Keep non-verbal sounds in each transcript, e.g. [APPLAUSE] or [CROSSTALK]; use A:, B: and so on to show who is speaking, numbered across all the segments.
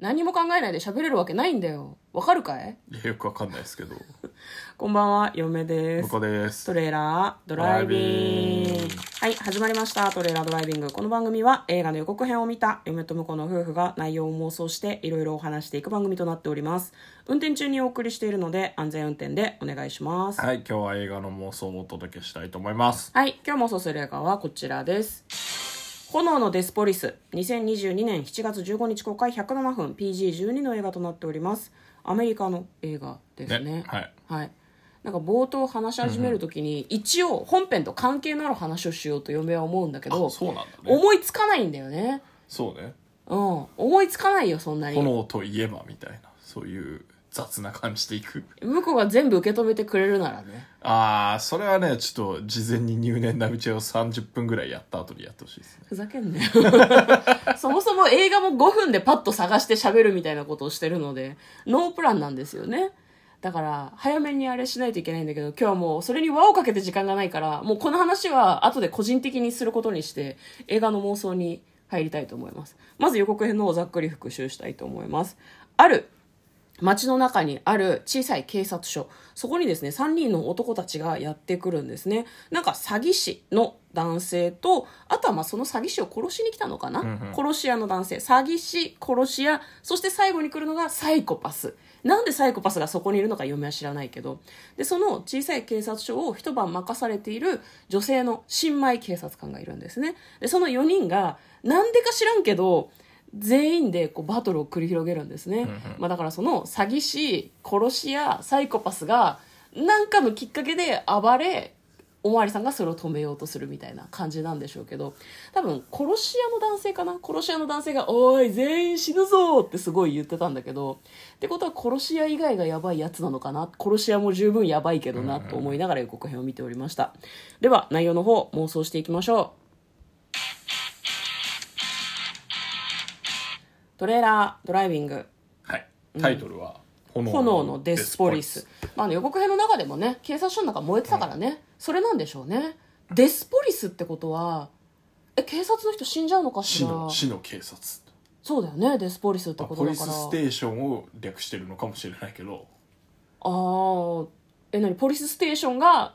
A: 何も考えないで喋れるわけないんだよ。わかるかい
B: いやよくわかんないですけど
A: こんばんは、嫁です。
B: 僕です
A: トレーラードライビング
B: ドライビング
A: はい始まりました「トレーラードライビング」この番組は映画の予告編を見た嫁と婿の夫婦が内容を妄想していろいろお話していく番組となっております運転中にお送りしているので安全運転でお願いしますはい、
B: はい今日は映画の妄想をお届けしたいと思います
A: 今日妄想する映画はこちらです炎のデスポリス2022年7月15日公開107分 PG12 の映画となっておりますアメリカの映画ですね
B: ねはい
A: はい、なんか冒頭話し始めるときに、一応本編と関係のある話をしようと嫁は思うんだけど
B: あそうなんだね
A: 思いつかないんだよね
B: そうね
A: うん思いつかないよそんなに
B: 炎といえばみたいなそういう雑な感じでいく [LAUGHS]
A: 向こうが全部受け止めてくれるならね
B: ああそれはねちょっと事前に入念な打ち合わせを30分ぐらいやった後にやってほしいですね
A: ふざけんなよ [LAUGHS] そもそも映画も5分でパッと探して喋るみたいなことをしてるのでノープランなんですよねだから早めにあれしないといけないんだけど今日はもうそれに輪をかけて時間がないからもうこの話は後で個人的にすることにして映画の妄想に入りたいと思いますまず予告編のをざっくり復習したいと思いますある街の中にある小さい警察署そこにですね3人の男たちがやってくるんですねなんか詐欺師の男性とあとはまあその詐欺師を殺しに来たのかな、殺し屋の男性詐欺師殺し屋そして最後に来るのがサイコパスなんでサイコパスがそこにいるのか嫁は知らないけどでその小さい警察署を一晩任されている女性の新米警察官がいるんですねでその4人がなんでか知らんけど全員でこうバトルを繰り広げるんですね、まあ、だからその詐欺師殺し屋サイコパスが何かのきっかけで暴れおまわりさんがそれを止めようとするみたいな感じなんでしょうけど多分殺し屋の男性かな殺し屋の男性が「おい全員死ぬぞ!」ってすごい言ってたんだけどってことは殺し屋以外がやばいやつなのかな殺し屋も十分やばいけどなと思いながら予告編を見ておりましたでは内容の方妄想していきましょうトレーラードライビング
B: はいタイトルは炎
A: 炎のデスポリスまあ、あの予告編の中でもね警察署の中燃えてたからね、それなんでしょうねデスポリスってことはえ警察の人死んじゃうのかし
B: 死
A: ら
B: の死の警察
A: そうだよねデスポリスって
B: まあ
A: こと
B: ポ
A: だ
B: リ
A: か
B: ス
A: ら
B: ス
A: あ
B: テーションを略してるのかもしれないけど
A: あーえ何ポリスステーションが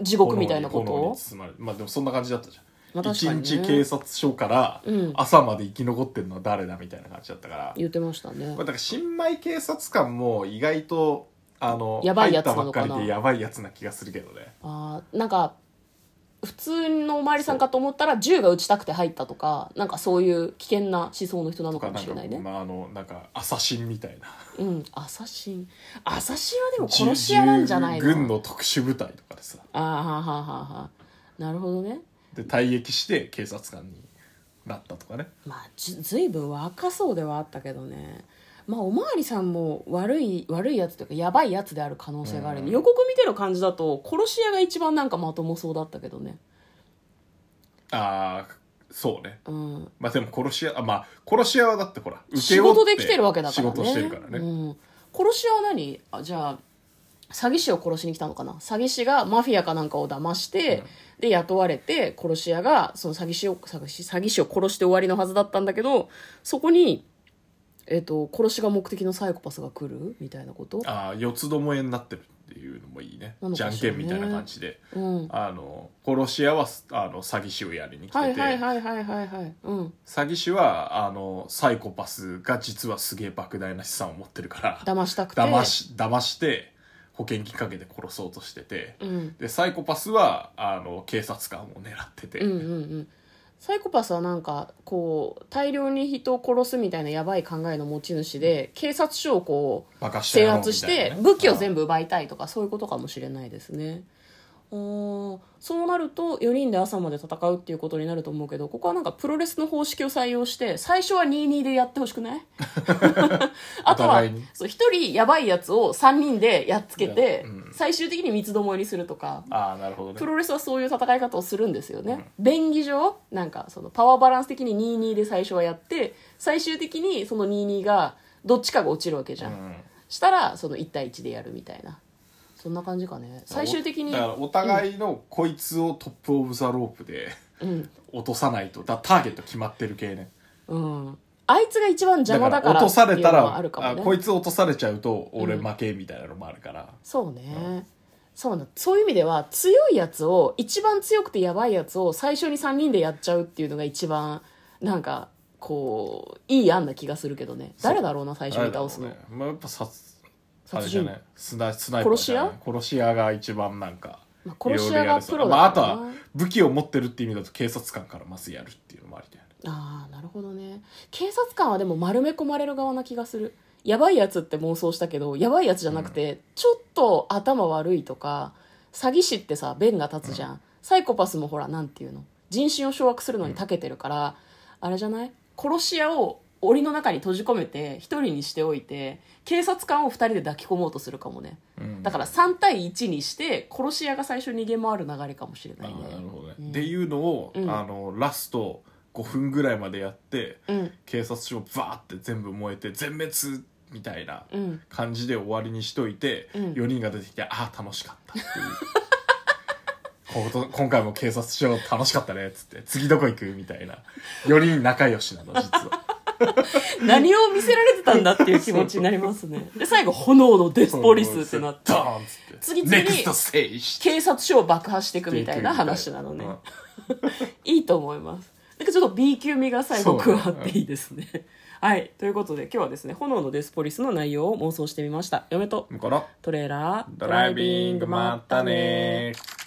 A: 地獄みたいなこ
B: 炎
A: と
B: に包まれまあでもそんな感じだったじゃん
A: まあ確
B: 一、
A: かにね
B: 日警察署から
A: うん
B: 朝まで生き残ってるのは誰だみたいな感じだったから、
A: 言ってましたね
B: まあ、だから新米警察官も意外とあの
A: やばいやつな
B: 入
A: の
B: っ
A: か
B: た
A: な
B: ばっかりでやばいやつな気がするけどね
A: あーなんか普通のおまわりさんかと思ったら銃が撃ちたくて入ったとかなんかそういう危険な思想の人なの
B: と
A: か
B: か
A: も
B: なん
A: しれ
B: か
A: ないね
B: まあ、あのなんかアサシンみたいな
A: うんアサシンアサシンはでも殺し屋なんじゃないの
B: 自由軍の特殊部隊とかでさ
A: あーはあはあはあはあなるほどね
B: で退役して警察官になったとかね
A: まあずずいぶん若そうではあったけどねまあおまわりさんも悪い悪いやつというかやばいやつである可能性があるね、
B: うん
A: 予告見てる感じだと殺し屋が一番なんかまともそうだったけどね
B: ああそうね
A: うん
B: まあでも殺し屋あまあ殺し屋はだってほら請
A: 仕
B: 負って
A: 事で来てるわけだからね
B: 仕事してるからね、
A: うん、殺し屋は何あじゃあ詐欺師を殺しに来たのかな詐欺師がマフィアかなんかを騙して、で雇われて殺し屋がその詐欺師を詐欺師詐欺師を殺して終わりのはずだったんだけどそこに、えっと殺しが目的のサイコパスが来るみたいなこと
B: ああ四つどもえになってるっていうのもいいね
A: なの
B: じ
A: か
B: ゃん
A: し
B: け
A: らね
B: んみたいな感じで
A: うん、
B: あの殺し屋はあの詐欺師をやりに来
A: は
B: て
A: い
B: て、
A: はいはいはいはいはいうん
B: 詐欺師はあのサイコパスが実はすげえ莫大な資産を持ってるから
A: 騙したくて
B: 騙し騙して保険金かけて殺そうとしてて、
A: うん、
B: でサイコパスはあの警察官を狙ってて、
A: うんうんうんサイコパスはなんかこう大量に人を殺すみたいなやばい考えの持ち主で警察署をこう
B: バカして
A: 制
B: やろうみ
A: 圧した
B: い
A: て
B: なね
A: 武器を全部奪いたいとかそういうことかもしれないですね。あーそうなると4人で朝まで戦うっていうことになると思うけどここはなんかプロレスの方式を採用して最初は22でやってほしく
B: [LAUGHS]
A: ないあと
B: お
A: は
B: 互いに
A: そう1人やばいやつを3人でやっつけて、
B: うん
A: 最終的に三つどもえにするとか
B: ああなるほどね
A: プロレスはそういう戦い方をするんですよね、便宜上なんかそのパワーバランス的に22で最初はやって最終的にその22がどっちかが落ちるわけじゃん
B: う、ん
A: したらその1対1でやるみたいなそんな感じかね最終的に
B: だからお互いのこいつをトップ・オブ・ザ・ロープで
A: うん、
B: 落とさないとだターゲット決まってる系ね
A: うん、あいつが一番邪魔だから
B: 落とされた
A: っていうのは
B: ら
A: あるかもね
B: あこいつ落とされちゃうと俺負けみたいなのもあるから、
A: そうね、そうなそういう意味では強いやつを一番強くてやばいやつを最初に3人でやっちゃうっていうのが一番なんかこういい案な気がするけどね
B: そう
A: 誰だろうな最初に倒すの、
B: あれだろうねまあ、やっぱ殺あれ
A: 殺
B: じゃ
A: 人
B: ないスナスナイパーじゃない殺し屋が一番なんか
A: まあ殺し屋がプロだからな
B: まあ、あとは武器を持ってるって意味だと警察官からまずやるっていうのもありだよね
A: ああなるほどね警察官はでも丸め込まれる側な気がするやばいやつって妄想したけどやばいやつじゃなくて、ちょっと頭悪いとか詐欺師ってさ弁が立つじゃん、サイコパスもほらなんていうの人心を掌握するのに長けてるから、あれじゃない殺し屋を檻の中に閉じ込めて一人にしておいて警察官を二人で抱き込もうとするかもね、
B: うん
A: だから3対1にして殺し屋が最初逃げ回る流れかもしれないね
B: あーなるほどね、
A: うん
B: っていうのを、
A: うん
B: あのラスト5分ぐらいまでやって、
A: うん
B: 警察署バーって全部燃えて全滅みたいな
A: うん
B: 感じで終わりにしといて、
A: うん
B: 4人が出てきてああ楽しかったっていう [LAUGHS] こと今回も警察署楽しかったねっつって次どこ行くみたいな4人仲良しなの実は
A: 何を見せられてたんだっていう気持ちになりますね。で、最後、炎のデス [LAUGHS] ポリスってなって
B: ド、ーンっつって
A: 次々
B: ネクストステージ
A: 警察署を爆破していくみたいな話なのね
B: う。ん
A: いいと思います。なんかちょっと B 級味が最後加
B: そう
A: わ
B: ね
A: っていいですね。 [LAUGHS] はい。ということで、今日はですね、炎のデスポリスの内容を妄想してみました。嫁と
B: 向こうの
A: トレーラー、
B: ドライビングまったねー